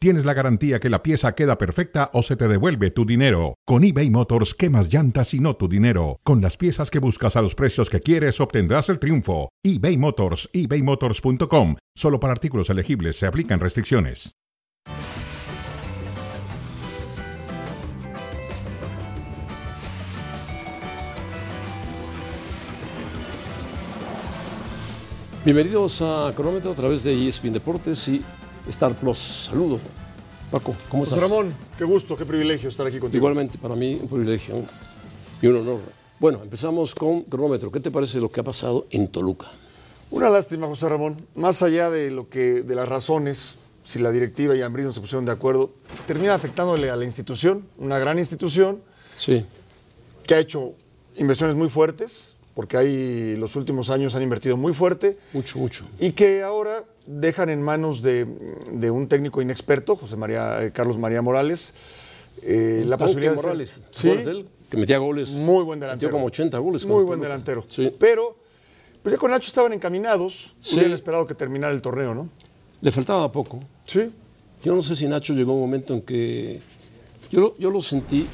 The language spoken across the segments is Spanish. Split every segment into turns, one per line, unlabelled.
tienes la garantía que la pieza queda perfecta o se te devuelve tu dinero. Con eBay Motors, quemas llantas y no tu dinero. Con las piezas que buscas a los precios que quieres, obtendrás el triunfo. eBay Motors, ebaymotors.com. Solo para artículos elegibles se aplican restricciones.
Bienvenidos a Cronómetro a través de E ESPN Deportes y Star Plus. Saludos. Paco, ¿cómo
José
estás?
Ramón, qué gusto, qué privilegio estar aquí contigo.
Igualmente, para mí un privilegio y un honor. Bueno, empezamos con cronómetro. ¿Qué te parece lo que ha pasado en Toluca?
Una lástima, José Ramón. Más allá de lo que, de las razones, si la directiva y Ambriz no se pusieron de acuerdo, termina afectándole a la institución, una gran institución
Sí,
que ha hecho inversiones muy fuertes, porque ahí los últimos años han invertido muy fuerte
mucho, mucho.
y que ahora dejan en manos de, de un técnico inexperto, José María eh, Carlos María Morales, eh, la
Tanque
posibilidad de ser-
Morales, ¿te
Sí,
acuerdas de él? Que metía goles.
Muy buen
Metió
delantero.
como 80 goles. con
Muy
el
buen
Toluca.
delantero.
Sí.
Pero, pero ya con Nacho estaban encaminados.
Sí.
Hubieran esperado que terminara el torneo, ¿no?
Le faltaba poco.
Sí.
Yo no sé si Nacho llegó a un momento en que. Yo lo, yo lo sentí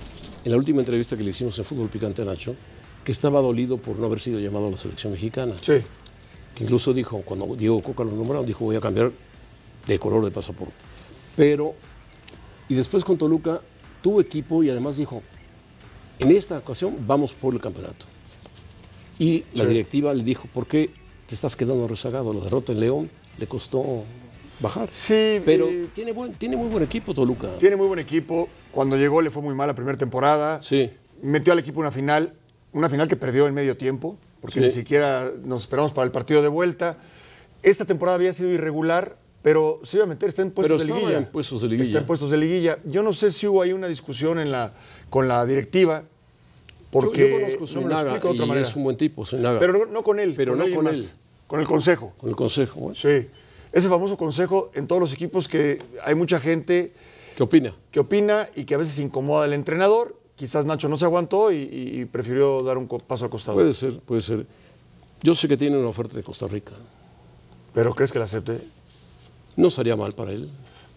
en la última entrevista que le hicimos en Fútbol Picante a Nacho, que estaba dolido por no haber sido llamado a la selección mexicana.
Sí.
que incluso dijo, cuando Diego Coca lo nombraron, dijo voy a cambiar de color de pasaporte. Pero, y después con Toluca, tuvo equipo y además dijo, en esta ocasión vamos por el campeonato. Y la directiva le dijo, ¿por qué te estás quedando rezagado? La derrota en León le costó bajar.
Sí,
Pero
eh,
tiene, buen, tiene muy buen equipo Toluca.
Tiene muy buen equipo. Cuando llegó le fue muy mal la primera temporada.
Sí.
Metió al equipo una final, una final que perdió en medio tiempo, porque
Sí.
ni siquiera nos esperamos para el partido de vuelta. Esta temporada había sido irregular, pero se iba a meter, está en puestos
Pero
de
estaba
liguilla.
en puestos de liguilla.
Está en puestos de liguilla. Yo no sé si hubo ahí una discusión en la, con la directiva, porque
yo, yo conozco a
no me lo
Zuinaga
explico de otra
y
manera.
es un buen tipo, Zuinaga.
Pero no, no con él,
Pero
con
no
alguien
con
más,
él.
con el consejo.
Con el consejo, ¿eh?
Sí. Ese famoso consejo en todos los equipos que hay mucha gente
¿qué opina?
que opina y que a veces incomoda al entrenador. Quizás Nacho no se aguantó y, y- y prefirió dar un co- paso al costado.
Puede ser, puede ser. Yo sé que tiene una oferta de Costa Rica.
Pero ¿crees que la acepte?
No estaría mal para él,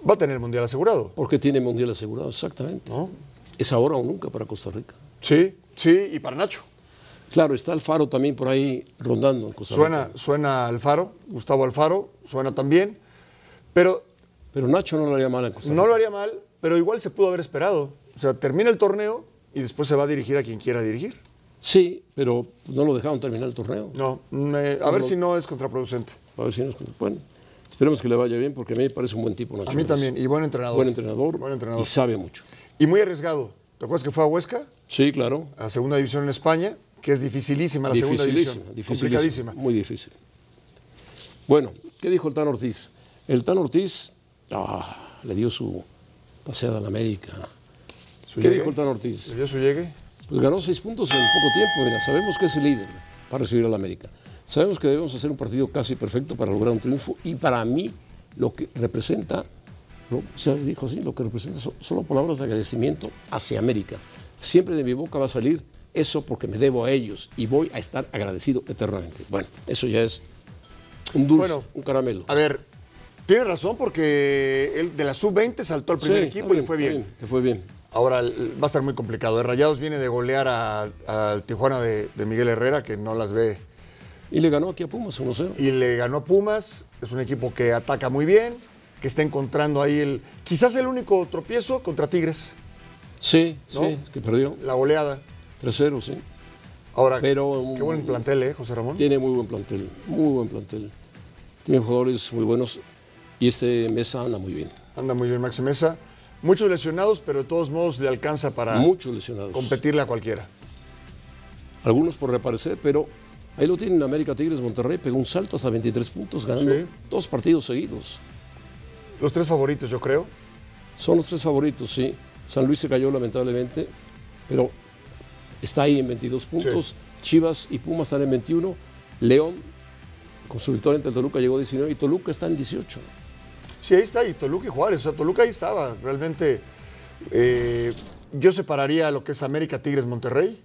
Va a tener el Mundial asegurado,
porque tiene mundial asegurado, exactamente.
¿no?
Es ahora o nunca para Costa Rica.
Sí, sí, y para Nacho.
Claro, está Alfaro también por ahí rondando en Costa Rica.
Suena, suena Alfaro, Gustavo Alfaro, suena también. Pero
Pero Nacho no lo haría mal en Costa Rica.
no lo haría mal, pero igual se pudo haber esperado. O sea, termina el torneo y después se va a dirigir a quien quiera dirigir.
Sí, pero no lo dejaron terminar el torneo.
No, me- a ver si no es contraproducente.
A ver si nos... Bueno, esperemos que le vaya bien, porque a mí me parece un buen tipo Nacho.
A mí
Ambriz.
también, y buen entrenador.
Buen entrenador,
Buen entrenador.
y sabe mucho.
Y muy arriesgado. ¿Te acuerdas que fue a Huesca?
Sí, claro.
a segunda división en España, que es dificilísima la segunda división.
dificilísima,
Complicadísima.
Muy difícil. Bueno, ¿qué dijo el Tan Ortiz? El Tan Ortiz ah, le dio su paseada a la América.
¿Su
¿Qué
¿eh? llegue?
dijo el Tan Ortiz?
¿Le dio su llegue?
Pues ganó seis puntos en poco tiempo. Mira, sabemos que es el líder para recibir a la América. Sabemos que debemos hacer un partido casi perfecto para lograr un triunfo. Y para mí, lo que representa, lo- se dijo así, lo que representa son solo palabras de agradecimiento hacia América. Siempre de mi boca va a salir eso porque me debo a ellos y voy a estar agradecido eternamente. Bueno, eso ya es un dulce,
Bueno,
un caramelo.
A ver, tiene razón porque él de la sub-20 saltó al
Sí,
primer
está
equipo y le fue
está
bien.
Te fue bien.
Ahora el- va a estar muy complicado. El Rayados viene de golear a- al Tijuana de, de Miguel Herrera, que no las ve.
Y le ganó aquí a Pumas 1-0.
Y le ganó a Pumas. Es un equipo que ataca muy bien, que está encontrando ahí el. Quizás el único tropiezo contra Tigres,
Sí,
¿No?
sí, que perdió.
la goleada.
3-0, sí.
Ahora,
Pero, uh,
qué buen plantel, ¿eh, José Ramón?
Tiene muy buen plantel, muy buen plantel. Tiene jugadores muy buenos y este Mesa anda muy bien.
Anda muy bien Maxi Mesa. Muchos lesionados, pero de todos modos le alcanza para
Muchos lesionados.
competirle a cualquiera.
Algunos por reaparecer, pero ahí lo tienen América Tigres Monterrey. Pegó un salto hasta 23 puntos, ganando
Sí.
dos partidos seguidos.
Los tres favoritos, yo creo.
Son los tres favoritos, sí. San Luis se cayó lamentablemente, pero está ahí en 22 puntos. Chivas y Pumas están en 21. León Con su victoria ante el Toluca llegó a 19 y Toluca está en 18.
Sí, ahí está, y Toluca y Juárez. O sea, Toluca ahí estaba. Realmente eh, yo separaría lo que es América, Tigres, Monterrey.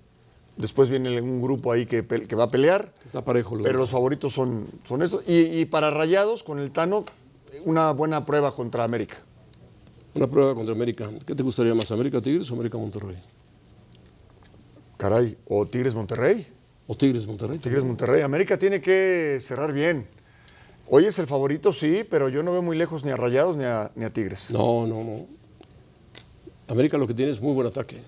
Después viene un grupo ahí que, pe- que va a pelear.
Está parejo. luego.
Pero los favoritos son, son estos. Y, y para Rayados, con el Tano, una buena prueba contra América.
Una prueba contra América. ¿Qué te gustaría más, América Tigres o América Monterrey?
Caray, o Tigres Monterrey.
¿O Tigres Monterrey?
Tigres Monterrey. América tiene que cerrar bien. Hoy es el favorito, sí, pero yo no veo muy lejos ni a Rayados ni a, ni a Tigres.
No, no, no. América lo que tiene es muy buen ataque.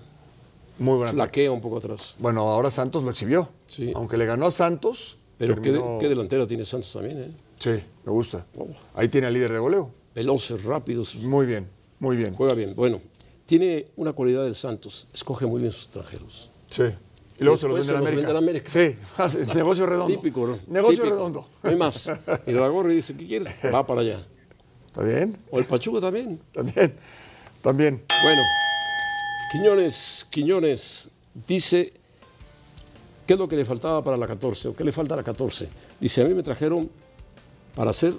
Muy buena.
Flaquea un poco atrás.
Bueno, ahora Santos lo exhibió.
Sí.
Aunque le ganó a Santos.
Pero qué, de-
terminó-
qué delantera tiene Santos también, ¿eh?
Sí, me gusta.
Oh.
Ahí tiene al líder de goleo.
Veloces, rápidos,
Muy bien, muy bien.
juega bien. Bueno, tiene una cualidad del Santos. Escoge muy bien sus extranjeros.
Sí. Y luego se
Después
los vende a
pues, se los
América.
vende
Sí, hace- negocio redondo.
Típico, ¿no?
Negocio
Típico.
redondo.
No hay más. Y Dragorri dice, ¿qué quieres? Va para allá.
¿Está bien?
O el Pachuca también.
También. También.
Bueno, Quiñones, Quiñones dice, ¿qué es lo que le faltaba para la 14? ¿O qué le falta a la 14? Dice, a mí me trajeron para ser,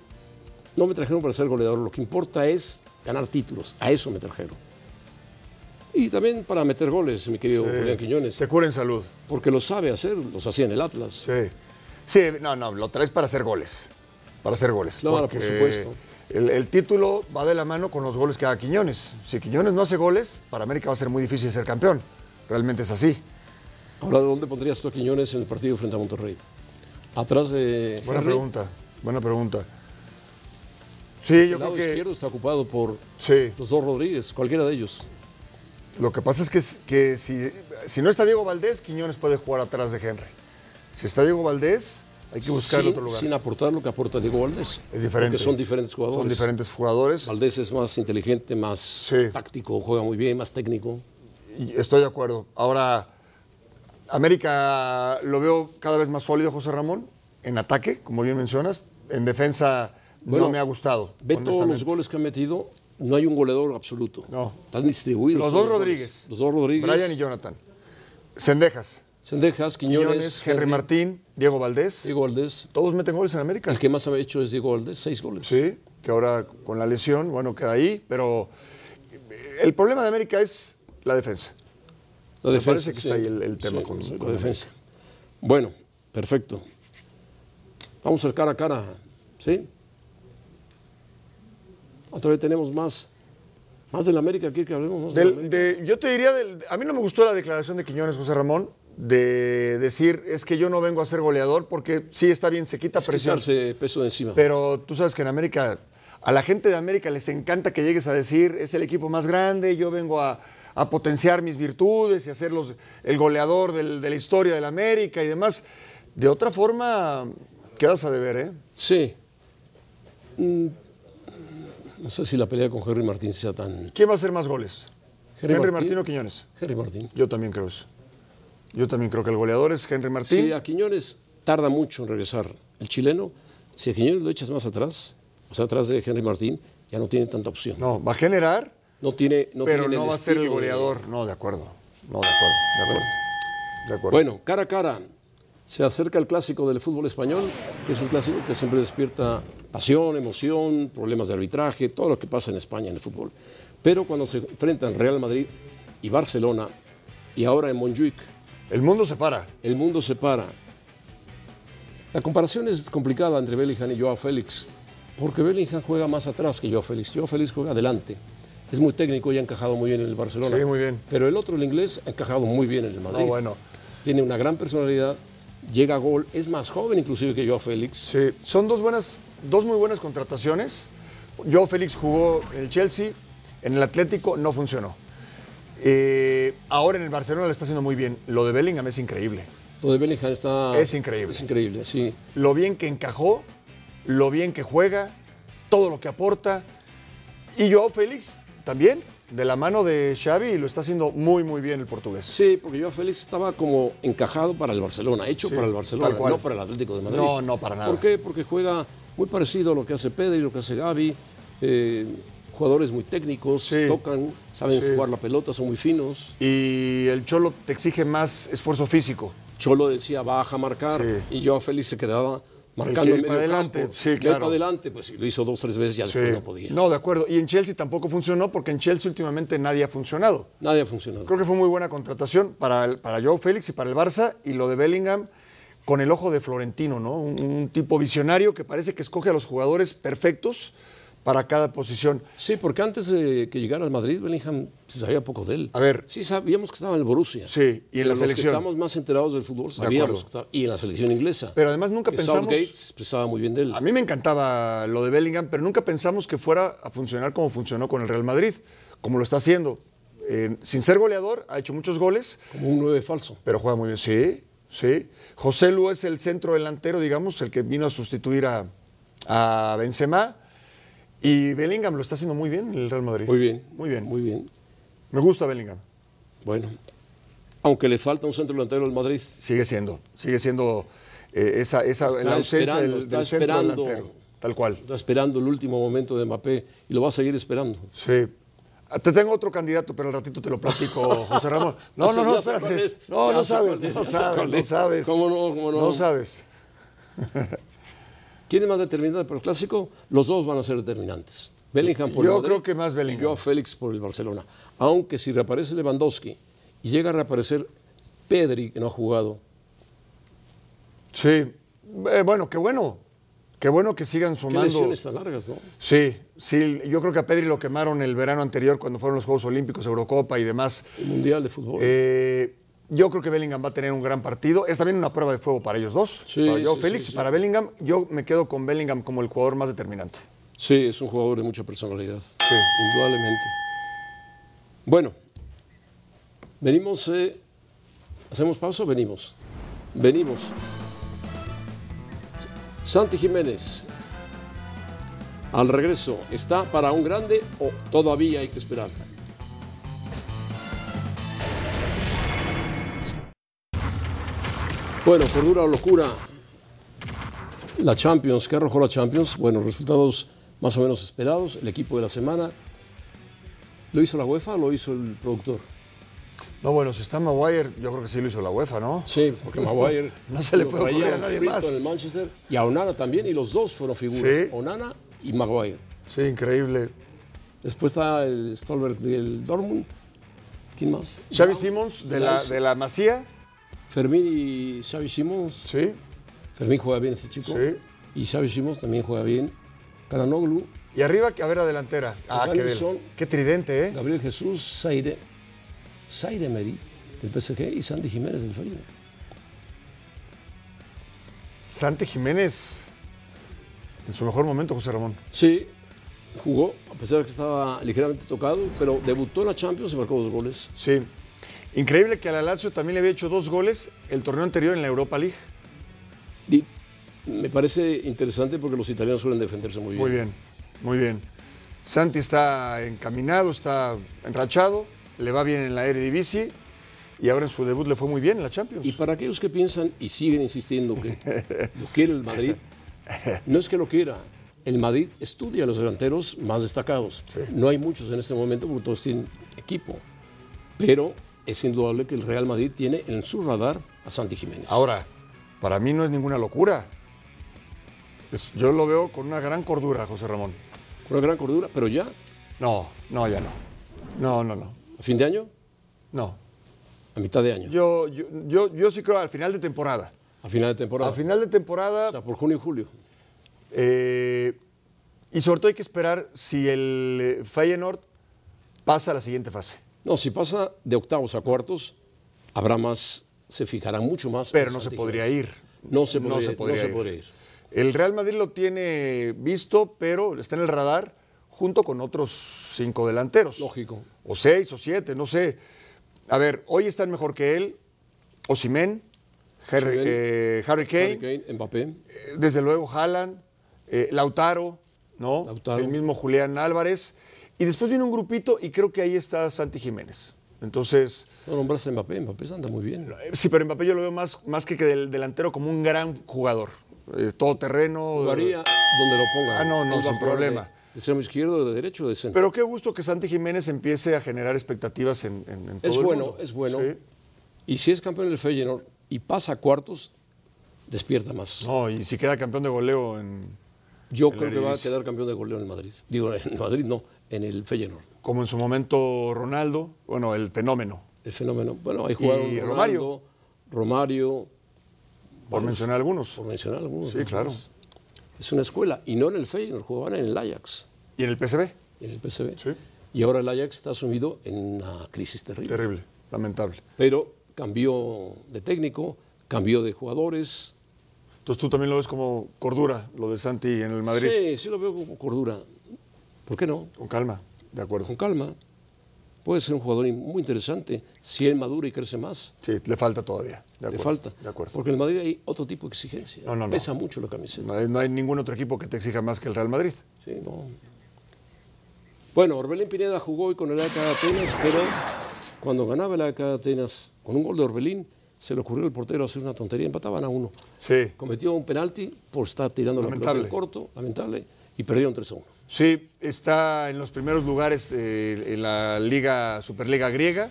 no me trajeron para ser goleador, lo que importa es ganar títulos, a eso me trajeron. Y también para meter goles, mi querido Julián Quiñones,
Se cura en salud.
porque lo sabe hacer, los hacía en el Atlas.
Sí. Sí, no, no, lo traes para hacer goles. Para hacer goles.
Claro, por
porque
supuesto.
El, el título va de la mano con los goles que haga Quiñones. Si Quiñones no hace goles, para América va a ser muy difícil ser campeón. Realmente es así.
Ahora, ¿dónde pondrías tú a Quiñones en el partido frente a Monterrey? Atrás de...
Buena
Henry?
pregunta. Buena pregunta. Sí, yo
El lado
creo que.
izquierdo está ocupado por
Sí.
los dos Rodríguez, cualquiera de ellos.
Lo que pasa es que, que si, si no está Diego Valdés, Quiñones puede jugar atrás de Henry. Si está Diego Valdés, hay que buscar
sin,
otro lugar.
sin aportar lo que aporta Diego Valdés.
es diferente.
Porque son diferentes jugadores.
Son diferentes jugadores.
Valdés es más inteligente, más
Sí.
táctico, juega muy bien, más técnico.
Y Estoy de acuerdo. Ahora, América lo veo cada vez más sólido, José Ramón, en ataque, como bien mencionas. En defensa
Bueno,
no me ha gustado.
Ve todos los
honestamente.
goles que ha metido, no hay un goleador absoluto.
No.
Están distribuidos.
Los
todos
dos
goles.
Rodríguez.
Los dos Rodríguez.
Brian y Jonathan. Sendejas.
Sendejas, Quiñones,
Quiñones, Henry, Martín, Diego Valdés.
Diego Valdés.
Todos meten goles en América.
El que más ha hecho es Diego Valdés, seis goles.
Sí, que ahora con la lesión, bueno, queda ahí, pero el problema de América es la defensa.
La
Me
defensa,
parece que está ahí el- el tema con-
sí,
con
la
la
defensa. Bueno, perfecto. Vamos al cara a cara, ¿sí? Ah, Todavía tenemos más. Más del América aquí que hablemos. más del
Del-
América.
de- yo te diría, del- a mí no me gustó la declaración de Quiñones José Ramón de decir es que yo no vengo a ser goleador porque sí está bien, se quita presión.
Quitarse peso de encima.
Pero tú sabes que en América, a la gente de América les encanta que llegues a decir es el equipo más grande, yo vengo a, a potenciar mis virtudes y a ser los- el goleador del- de la historia del América y demás. De otra forma, quedas a deber, ¿eh?
Sí. Mm, No sé si la pelea con Henry Martín sea tan...
¿Quién va a hacer más goles?
Henry
Henry,
Martín.
Martín. o Quiñones.
Henry Martín.
Yo también creo eso. Yo también creo que el goleador es Henry Martín.
Si a Quiñones tarda mucho en regresar el chileno, si a Quiñones lo echas más atrás, o sea, atrás de Henry Martín, ya no tiene tanta opción.
No, va a generar,
No tiene, no
pero
tienen
no va a ser el
estilo de-
goleador. No, de acuerdo. No, de acuerdo. De acuerdo. De acuerdo.
Bueno, cara a cara, se acerca el clásico del fútbol español, que es un clásico que siempre despierta pasión, emoción, problemas de arbitraje, todo lo que pasa en España en el fútbol. Pero cuando se enfrentan Real Madrid y Barcelona, y ahora en Montjuic,
El mundo se para.
el mundo se para. La comparación es complicada entre Bellingham y Joao Félix, porque Bellingham juega más atrás que Joao Félix. Joao Félix juega adelante. Es muy técnico y ha encajado muy bien en el Barcelona.
Sí, muy bien.
Pero el otro, el inglés, ha encajado muy bien en el Madrid.
No, bueno.
Tiene una gran personalidad, llega a gol, es más joven inclusive que Joao Félix.
Sí, son dos buenas, dos muy buenas contrataciones. Yo Félix jugó en el Chelsea, en el Atlético no funcionó. Eh, ahora en el Barcelona lo está haciendo muy bien. Lo de Bellingham es increíble.
Lo de Bellingham está...
Es increíble.
Es increíble, sí.
lo bien que encajó, lo bien que juega, todo lo que aporta. Y Joao Félix también, de la mano de Xavi, lo está haciendo muy, muy bien el portugués.
Sí, porque Joao Félix estaba como encajado para el Barcelona, hecho para el Barcelona,
tal cual.
no para el Atlético de Madrid.
No, no, para nada.
¿Por qué? Porque juega muy parecido a lo que hace Pedri, lo que hace Gaby. eh, jugadores muy técnicos,
Sí.
tocan, saben
Sí.
jugar la pelota, son muy finos.
Y el Cholo te exige más esfuerzo físico.
Cholo decía, baja a marcar,
Sí.
y Joao Félix se quedaba marcando en
ir para
medio
adelante,
campo,
sí,
ir
claro.
para adelante, pues sí, lo hizo dos, tres veces, ya después
Sí.
no podía.
No, de acuerdo. Y en Chelsea tampoco funcionó porque en Chelsea últimamente nadie ha funcionado.
Nadie ha funcionado.
Creo que fue muy buena contratación para, el- para Joe Félix y para el Barça y lo de Bellingham con el ojo de Florentino, ¿no? Un, un tipo visionario que parece que escoge a los jugadores perfectos para cada posición.
Sí, porque antes de que llegara al Madrid, Bellingham se sabía poco de él.
A ver.
Sí sabíamos que estaba en el Borussia.
Sí, y en
Pero
la
los
selección.
que estamos más enterados del fútbol sabíamos
acuerdo.
que estaba... Y en la selección inglesa.
Pero además nunca
que
pensamos-
Southgate expresaba muy bien de él.
A mí me encantaba lo de Bellingham, pero nunca pensamos que fuera a funcionar como funcionó con el Real Madrid, como lo está haciendo. Eh, sin ser goleador, ha hecho muchos goles,
Como un 9 falso.
Pero juega muy bien, sí, sí. José Lu es el centro delantero, digamos, el que vino a sustituir a, a Benzema. Y Bellingham lo está haciendo muy bien en el Real Madrid.
Muy bien.
Muy bien.
Muy bien.
Me gusta Bellingham.
Bueno. Aunque le falta un centro delantero al Madrid.
Sigue siendo, sigue siendo eh, esa, esa la ausencia
esperando,
del,
está
del centro
esperando.
delantero. Tal cual.
Está esperando el último momento de Mbappé y lo va a seguir esperando.
Sí. Ah, Te tengo otro candidato, pero al ratito te lo platico, José Ramón. No,
Ya sé-
no, no,
ya sé cuál
espérate.
es,
No,
ya
no
sé
sabes,
cuál es,
no
ya sé
sabes,
cuál
no
es.
sabes.
¿Cómo no? ¿Cómo no?
No sabes.
¿Quién es más determinante para el clásico? Los dos van a ser determinantes. Bellingham por el
Yo
Madrid
creo que más Bellingham.
y Yo a Félix por el Barcelona. Aunque si reaparece Lewandowski y llega a reaparecer Pedri, que no ha jugado,
Sí. Eh, bueno, qué bueno. Qué bueno que sigan
qué
sumando.
lesiones tan largas, ¿no?
Sí, sí, yo creo que a Pedri lo quemaron el verano anterior cuando fueron los Juegos Olímpicos, Eurocopa y demás.
El Mundial de Fútbol.
Eh, yo creo que Bellingham va a tener un gran partido. Es también una prueba de fuego para ellos dos.
Sí,
para yo,
sí,
Félix,
sí,
y
sí.
para Bellingham, yo me quedo con Bellingham como el jugador más determinante.
Sí, es un jugador de mucha personalidad. Indudablemente. Bueno, venimos. eh, ¿Hacemos pausa o venimos? Venimos. Santi Jiménez, al regreso, ¿está para un grande o todavía hay que esperar? Bueno, cordura o locura, la Champions, ¿qué arrojó la Champions? Bueno, resultados más o menos esperados, el equipo de la semana. ¿Lo hizo la UEFA o lo hizo el productor?
No, bueno, si está Maguire, yo creo que sí lo hizo la UEFA, ¿no?
Sí, porque Maguire
No se le
lo
puede
traía
ocurrir a nadie
frito
más.
en el Manchester y a Onana también, y los dos fueron figuras,
Sí.
Onana y Maguire.
Sí, increíble.
Después está el Stolberg del Dortmund. ¿Quién más?
Xavi Simmons de la,
Nice.
de la Masía.
Fermín y Xavi Simons.
Sí,
Fermín juega bien este chico.
Sí.
Y Xavi Simons también juega bien. Caranoglu,
Y arriba, a ver, la delantera. Ah, qué, del-
Richarlison.
qué tridente, ¿eh?
Gabriel Jesús, Zaire, Zaire Meri del PSG y Sandy Jiménez del Feyenoord.
Santi Jiménez. En su mejor momento, José Ramón.
Sí, jugó, a pesar de que estaba ligeramente tocado, pero debutó en la Champions y marcó dos goles.
Sí. Increíble que a la Lazio también le había hecho dos goles el torneo anterior en la Europa League.
Y me parece interesante porque los italianos suelen defenderse muy bien.
Muy bien, muy bien. Santi está encaminado, está enrachado, le va bien en la Eredivisie y ahora en su debut le fue muy bien en la Champions.
Y para aquellos que piensan y siguen insistiendo que lo quiere el Madrid, no es que lo quiera. El Madrid estudia a los delanteros más destacados. No hay muchos en este momento porque todos tienen equipo. Pero es indudable que el Real Madrid tiene en su radar a Santi Jiménez.
Ahora, para mí no es ninguna locura. Es- yo lo veo con una gran cordura, José Ramón.
Una gran cordura, pero ya, a
No, no, ya no. No, no, no.
fin de año,
No.
a mitad de año,
Yo, yo, yo, yo sí creo al final de temporada.
a final de temporada.
Al final de temporada
O sea, por junio y julio.
Eh, y sobre todo hay que esperar si el eh, Feyenoord pasa a la siguiente fase.
No, si pasa de octavos a cuartos, habrá más, se fijará mucho más. en
Pero no se
Santi
podría
Jiménez.
ir.
No se podría, ir, no se
ir.
podría ir.
El Real Madrid lo tiene visto, pero está en el radar junto con otros cinco delanteros.
Lógico.
O seis o siete, no sé. A ver, hoy están mejor que él. Osimén, Harry,
Osimhen,
eh, Harry Kane,
Harry Kane, Mbappé.
eh, desde luego Haaland, eh, Lautaro, ¿no?
Lautaro.
El mismo Julián Álvarez. Y después viene un grupito y creo que ahí está Santi Jiménez. Entonces,
No nombraste a Mbappé, Mbappé anda muy bien.
eh, sí, pero Mbappé yo lo veo más, más que, que del delantero como un gran jugador. Eh, todoterreno.
Jugaría donde lo ponga.
Ah, no,
Él
no,
va a
sin
jugar
problema.
De, de extremo izquierdo, de derecho, de centro.
Pero qué gusto que Santi Jiménez empiece a generar expectativas en, en- en todo
es
el
bueno,
mundo.
es bueno.
Sí.
Y si es campeón del Feyenoord y pasa a cuartos, despierta más.
No, y si queda campeón de goleo en,
Yo
la
creo que va a
Eredivisie.
quedar campeón de goleo en el Madrid. Digo, en Madrid no, en el Feyenoord.
como en su momento Ronaldo, bueno, el fenómeno,
El fenómeno. Bueno, ahí jugaron
Y
Ronaldo,
Romario.
Romario,
por mencionar algunos.
por mencionar algunos.
Sí,
¿no?
claro.
Es- Es una escuela, y no en el Feyenoord, jugaban en el Ajax,
Y en el PCB,
en el PSV.
Sí.
Y ahora el Ajax está sumido en una crisis terrible.
terrible, lamentable.
Pero cambió de técnico, cambió de jugadores.
Entonces tú también lo ves como cordura, lo de Santi en el Madrid,
Sí, sí lo veo con cordura. ¿Por qué no?
con calma, de acuerdo.
Con calma. Puede ser un jugador in- muy interesante si él madura y crece más.
Sí, le falta todavía, de acuerdo.
le falta.
De acuerdo.
Porque en el Madrid hay otro tipo de exigencia.
No, no, no.
Pesa mucho la camiseta.
No hay, no hay ningún otro equipo que te exija más que el Real Madrid.
Sí, no. Bueno, Orbelín Pineda jugó hoy con el AK Atenas, pero cuando ganaba el AK Atenas con un gol de Orbelín, se le ocurrió al portero hacer una tontería. Empataban a uno.
Sí.
Cometió un penalti por estar tirando la
Lamentable.
pelota en corto, lamentable, y perdieron 3 a 1.
Sí, está en los primeros lugares eh, en la Liga Superliga griega.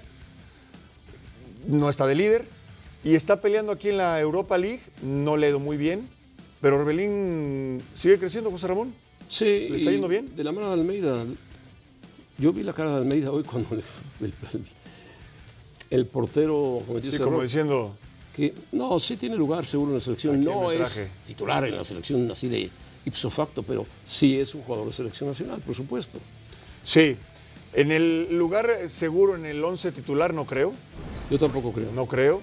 No está de líder y está peleando aquí en la Europa League. No le ha ido muy bien, pero Orbelín sigue creciendo, José Ramón.
Sí.
¿Le está
y
yendo bien?
De la mano de Almeida. Yo vi la cara de Almeida hoy cuando le- el, el- el portero cometió
Sí,
ese
como
error,
diciendo,
que no, sí tiene lugar seguro en la selección.
Aquí
no
me
es
traje.
titular en la selección así de ipso facto, pero sí es un jugador de selección nacional, por supuesto.
sí. En el lugar seguro, en el 11 titular, no creo.
Yo tampoco creo.
No creo,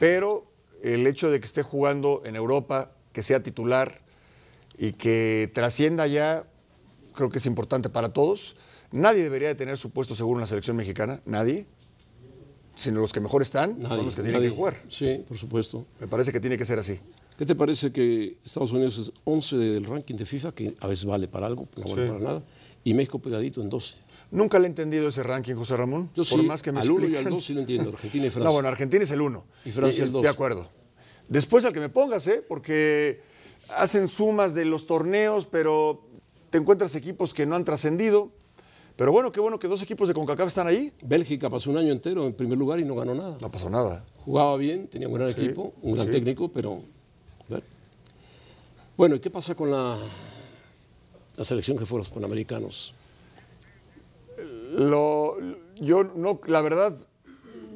pero el hecho de que esté jugando en Europa, que sea titular y que trascienda ya, creo que es importante para todos. Nadie debería de tener su puesto seguro en la selección mexicana, nadie, sino los que mejor están son los que tienen
nadie.
que jugar.
Sí, por supuesto.
Me parece que tiene que ser así.
¿Qué te parece que Estados Unidos es 11 del ranking de FIFA, que a veces vale para algo, no vale
Sí.
para nada, y México pegadito en 12?
Nunca le he entendido ese ranking, José Ramón.
Yo
por
sí,
más que me
al 1 y al
expliquen.
2 sí lo entiendo, Argentina y Francia.
No, bueno, Argentina es el uno. Eh,
Y Francia el dos.
De acuerdo. Después al que me pongas, ¿eh? Porque hacen sumas de los torneos, pero te encuentras equipos que no han trascendido. Pero bueno, qué bueno que dos equipos de CONCACAF están ahí.
Bélgica pasó un año entero en primer lugar y no ganó nada.
No pasó nada.
Jugaba bien, tenía un gran equipo, un gran
sí.
técnico, pero... bueno. Bueno, ¿y qué pasa con la, la selección que fueron los Panamericanos?
Lo, yo no, la verdad,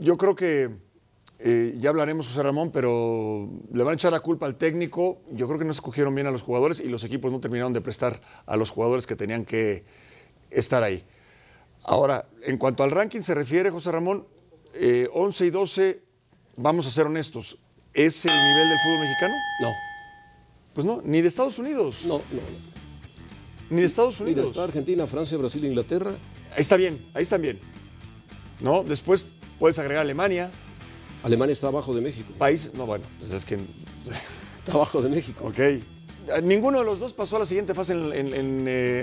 yo creo que eh, ya hablaremos, José Ramón, pero le van a echar la culpa al técnico. Yo creo que no escogieron bien a los jugadores y los equipos no terminaron de prestar a los jugadores que tenían que estar ahí. Ahora, en cuanto al ranking se refiere, José Ramón, eh, 11 y 12, vamos a ser honestos, ¿es el nivel del fútbol mexicano?
No,
Pues no, ni de Estados Unidos,
no, no. no.
ni de Estados
Mira,
Unidos.
está Argentina, Francia, Brasil, Inglaterra.
Ahí está bien, ahí están bien. ¿No? Después puedes agregar Alemania,
Alemania está abajo de México.
país. No, bueno, pues es que.
Está abajo de México.
Ok. Eh, Ninguno de los dos pasó a la siguiente fase en, en- en, eh,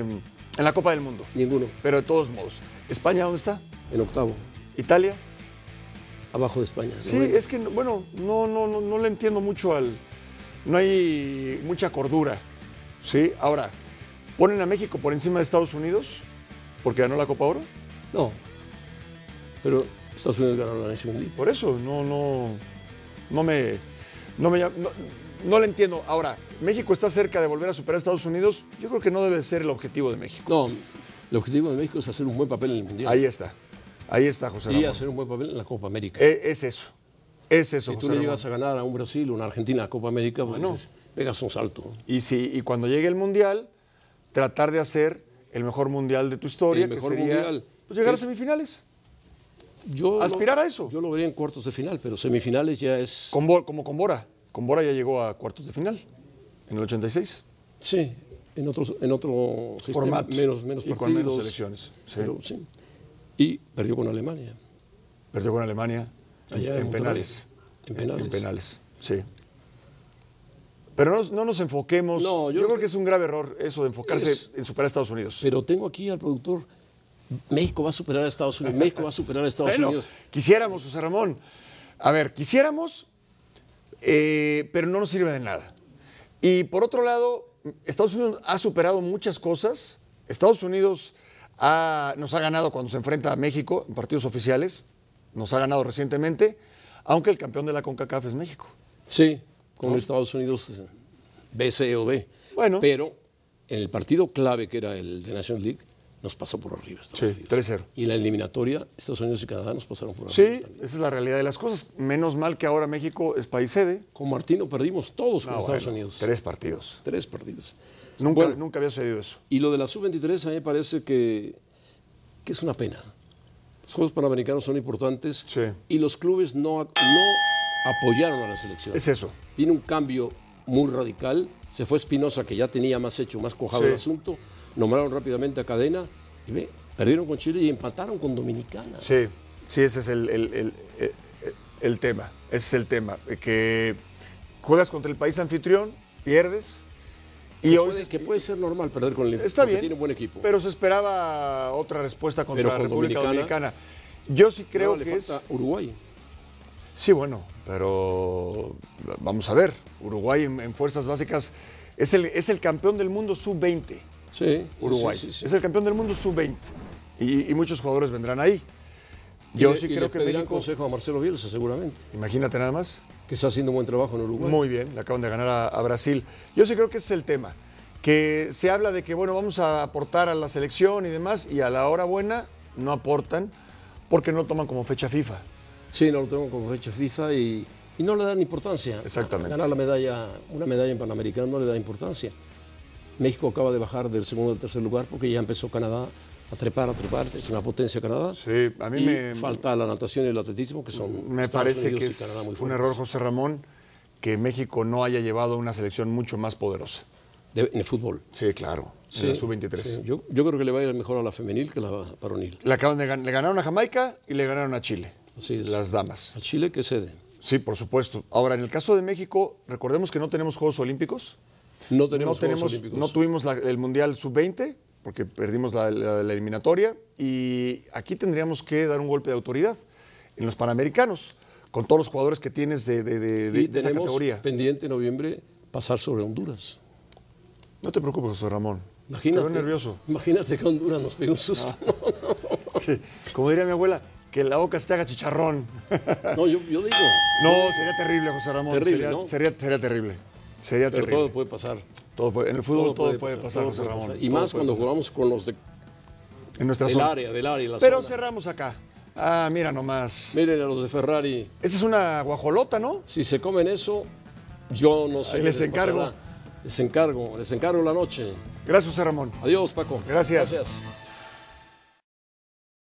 en la Copa del Mundo.
Ninguno.
Pero de todos modos. ¿España dónde está?
En octavo.
¿Italia?
Abajo de España.
Sí,
Noveno.
es que, no- bueno, no, no, no, no le entiendo mucho al. No hay mucha cordura. Sí, ahora, ¿ponen a México por encima de Estados Unidos? Porque ganó la Copa Oro.
No. Pero Estados Unidos ganó la Nación League.
Por eso, no, no, no me, no me, llam- no, no le entiendo. Ahora, México está cerca de volver a superar a Estados Unidos. Yo creo que no debe ser el objetivo de México.
No, el objetivo de México es hacer un buen papel en el Mundial.
Ahí está, ahí está, José
y
Ramón.
hacer un buen papel en la Copa América.
Eh, es eso, es eso,
si tú
José
le
Ramón.
llegas a ganar a un Brasil, una Argentina, a Copa América, pues dices, pegas un salto.
Y si, y cuando llegue el mundial, tratar de hacer el mejor mundial de tu historia,
El mejor
que sería
mundial.
pues, llegar a
Es-
semifinales,
Yo
Aspirar
lo-
a eso.
Yo lo vería en cuartos de final, pero semifinales ya es...
con Bo- como con Bora. Con Bora ya llegó a cuartos de final en el 86.
Sí, en otro, en otro sistema,
Formato.
menos, menos
Y
partidos.
con menos selecciones, sí.
Pero, sí. Y perdió con Alemania.
Perdió con Alemania
Allá
en,
Monterrey.
penales.
En penales.
En penales, sí. Pero no, nos- no nos enfoquemos.
No, yo
yo
no
creo
cre-
que es un grave error eso de enfocarse
Es-
en superar a Estados Unidos.
Pero tengo aquí al productor. México va a superar a Estados Unidos. México va a superar a Estados
Bueno,
Unidos.
quisiéramos, José Ramón. A ver, quisiéramos, eh, pero no nos sirve de nada. Y por otro lado, Estados Unidos ha superado muchas cosas. Estados Unidos ha- nos ha ganado cuando se enfrenta a México en partidos oficiales. Nos ha ganado recientemente, aunque el campeón de la CONCACAF es México.
Sí, con Estados Unidos eh, B, C o D.
Bueno.
Pero en el partido clave que era el de National League, nos pasó por arriba Estados
Sí,
Unidos.
3-0.
Y en la eliminatoria, Estados Unidos y Canadá nos pasaron por arriba.
Sí, esa
también.
es la realidad de las cosas. Menos mal que ahora México es país sede.
Con Martino perdimos todos con
Ah,
Estados
bueno,
Unidos.
Tres partidos.
Tres partidos.
Nunca,
Bueno.
nunca había sucedido eso.
Y lo de la sub-23 a mí me parece que, que es una pena. Los Juegos Panamericanos son importantes
Sí.
y los clubes no, a- no apoyaron a la selección.
Es eso.
Vino un cambio muy radical. Se fue Espinosa, que ya tenía más hecho, más cojado
Sí.
el asunto. Nombraron rápidamente a Cadena y ve, perdieron con Chile y empataron con Dominicana.
Sí, sí, ese es el, el- el- el- el tema. Ese es el tema. eh, Que juegas contra el país anfitrión, pierdes. Y
Que
hoy
puede-
se-
que puede ser normal perder con el
Está
porque
bien.
tiene un buen equipo.
Pero se esperaba otra respuesta contra
Pero
la
con
República Dominicana.
Dominicana.
Yo sí creo
Ahora le
que es.
falta Uruguay.
Sí, bueno, pero vamos a ver. Uruguay en, en fuerzas básicas es el, es el campeón del mundo sub-20.
Sí, sí,
Uruguay.
sí, sí, sí.
Es el campeón del mundo sub-20. Y, y muchos jugadores vendrán ahí.
Y
Yo
le-
sí
y le
creo que
pedirán
México.
consejo a Marcelo Bielsa, seguramente,
Imagínate nada más.
que está haciendo un buen trabajo en Uruguay.
Muy bien, le acaban de ganar a, a Brasil. Yo sí creo que ese es el tema. Que se habla de que, bueno, vamos a aportar a la selección y demás, y a la hora buena no aportan porque no lo toman como fecha FIFA.
Sí, no lo tengo como fecha FIFA y, y no le dan importancia.
Exactamente.
Ganar la medalla, una medalla en Panamericano no le da importancia. México acaba de bajar del segundo al tercer lugar porque ya empezó Canadá a trepar, a trepar. Es una potencia Canadá.
Sí, a mí
Y
me-
falta la natación y el atletismo que son
Me
Estados
parece
Unidos
que
y
es
Canadá muy
un
fuertes.
error, José Ramón, que México no haya llevado una selección mucho más poderosa.
De- en el fútbol.
Sí, claro, en
Sí,
la sub-23.
sí. Yo, yo creo que le va a ir mejor a la femenil que a la varonil.
Le, acaban de gan- le ganaron a Jamaica y le ganaron a Chile,
Así es.
las damas.
A Chile que cede.
Sí, por supuesto. Ahora, en el caso de México, recordemos que no tenemos Juegos Olímpicos.
No tenemos,
no,
Juegos
tenemos,
Olímpicos.
no tuvimos la- el Mundial Sub-20 porque perdimos la, la- la eliminatoria y aquí tendríamos que dar un golpe de autoridad en los Panamericanos con todos los jugadores que tienes de, de- de- de-
y
de esa
tenemos
categoría.
pendiente en noviembre pasar sobre Honduras.
No te preocupes, José Ramón.
Imagínate.
Te veo nervioso.
Imagínate que Honduras nos pegó un susto.
Como diría mi abuela, que la boca se te haga chicharrón. Ah.
No, yo, yo digo,
No, sería terrible, José Ramón.
Terrible,
sería,
¿no?
sería, sería terrible. Sería
pero
terrible.
todo puede pasar.
Todo puede- en el fútbol todo, puede, pasar,
todo
José
puede
Ramón.
pasar. Y
Todo
más
puede
cuando
pasar.
jugamos con los de-
en nuestra
del
zona.
área, del área, y la
Pero
zona.
cerramos acá. Ah, mira nomás.
Miren a los de Ferrari,
Esa es una guajolota, ¿no?
si se comen eso, yo no sé.
Ahí
qué
les encargo.
pasará. Les encargo, les encargo la noche.
Gracias, José Ramón.
Adiós, Paco.
Gracias.
Gracias.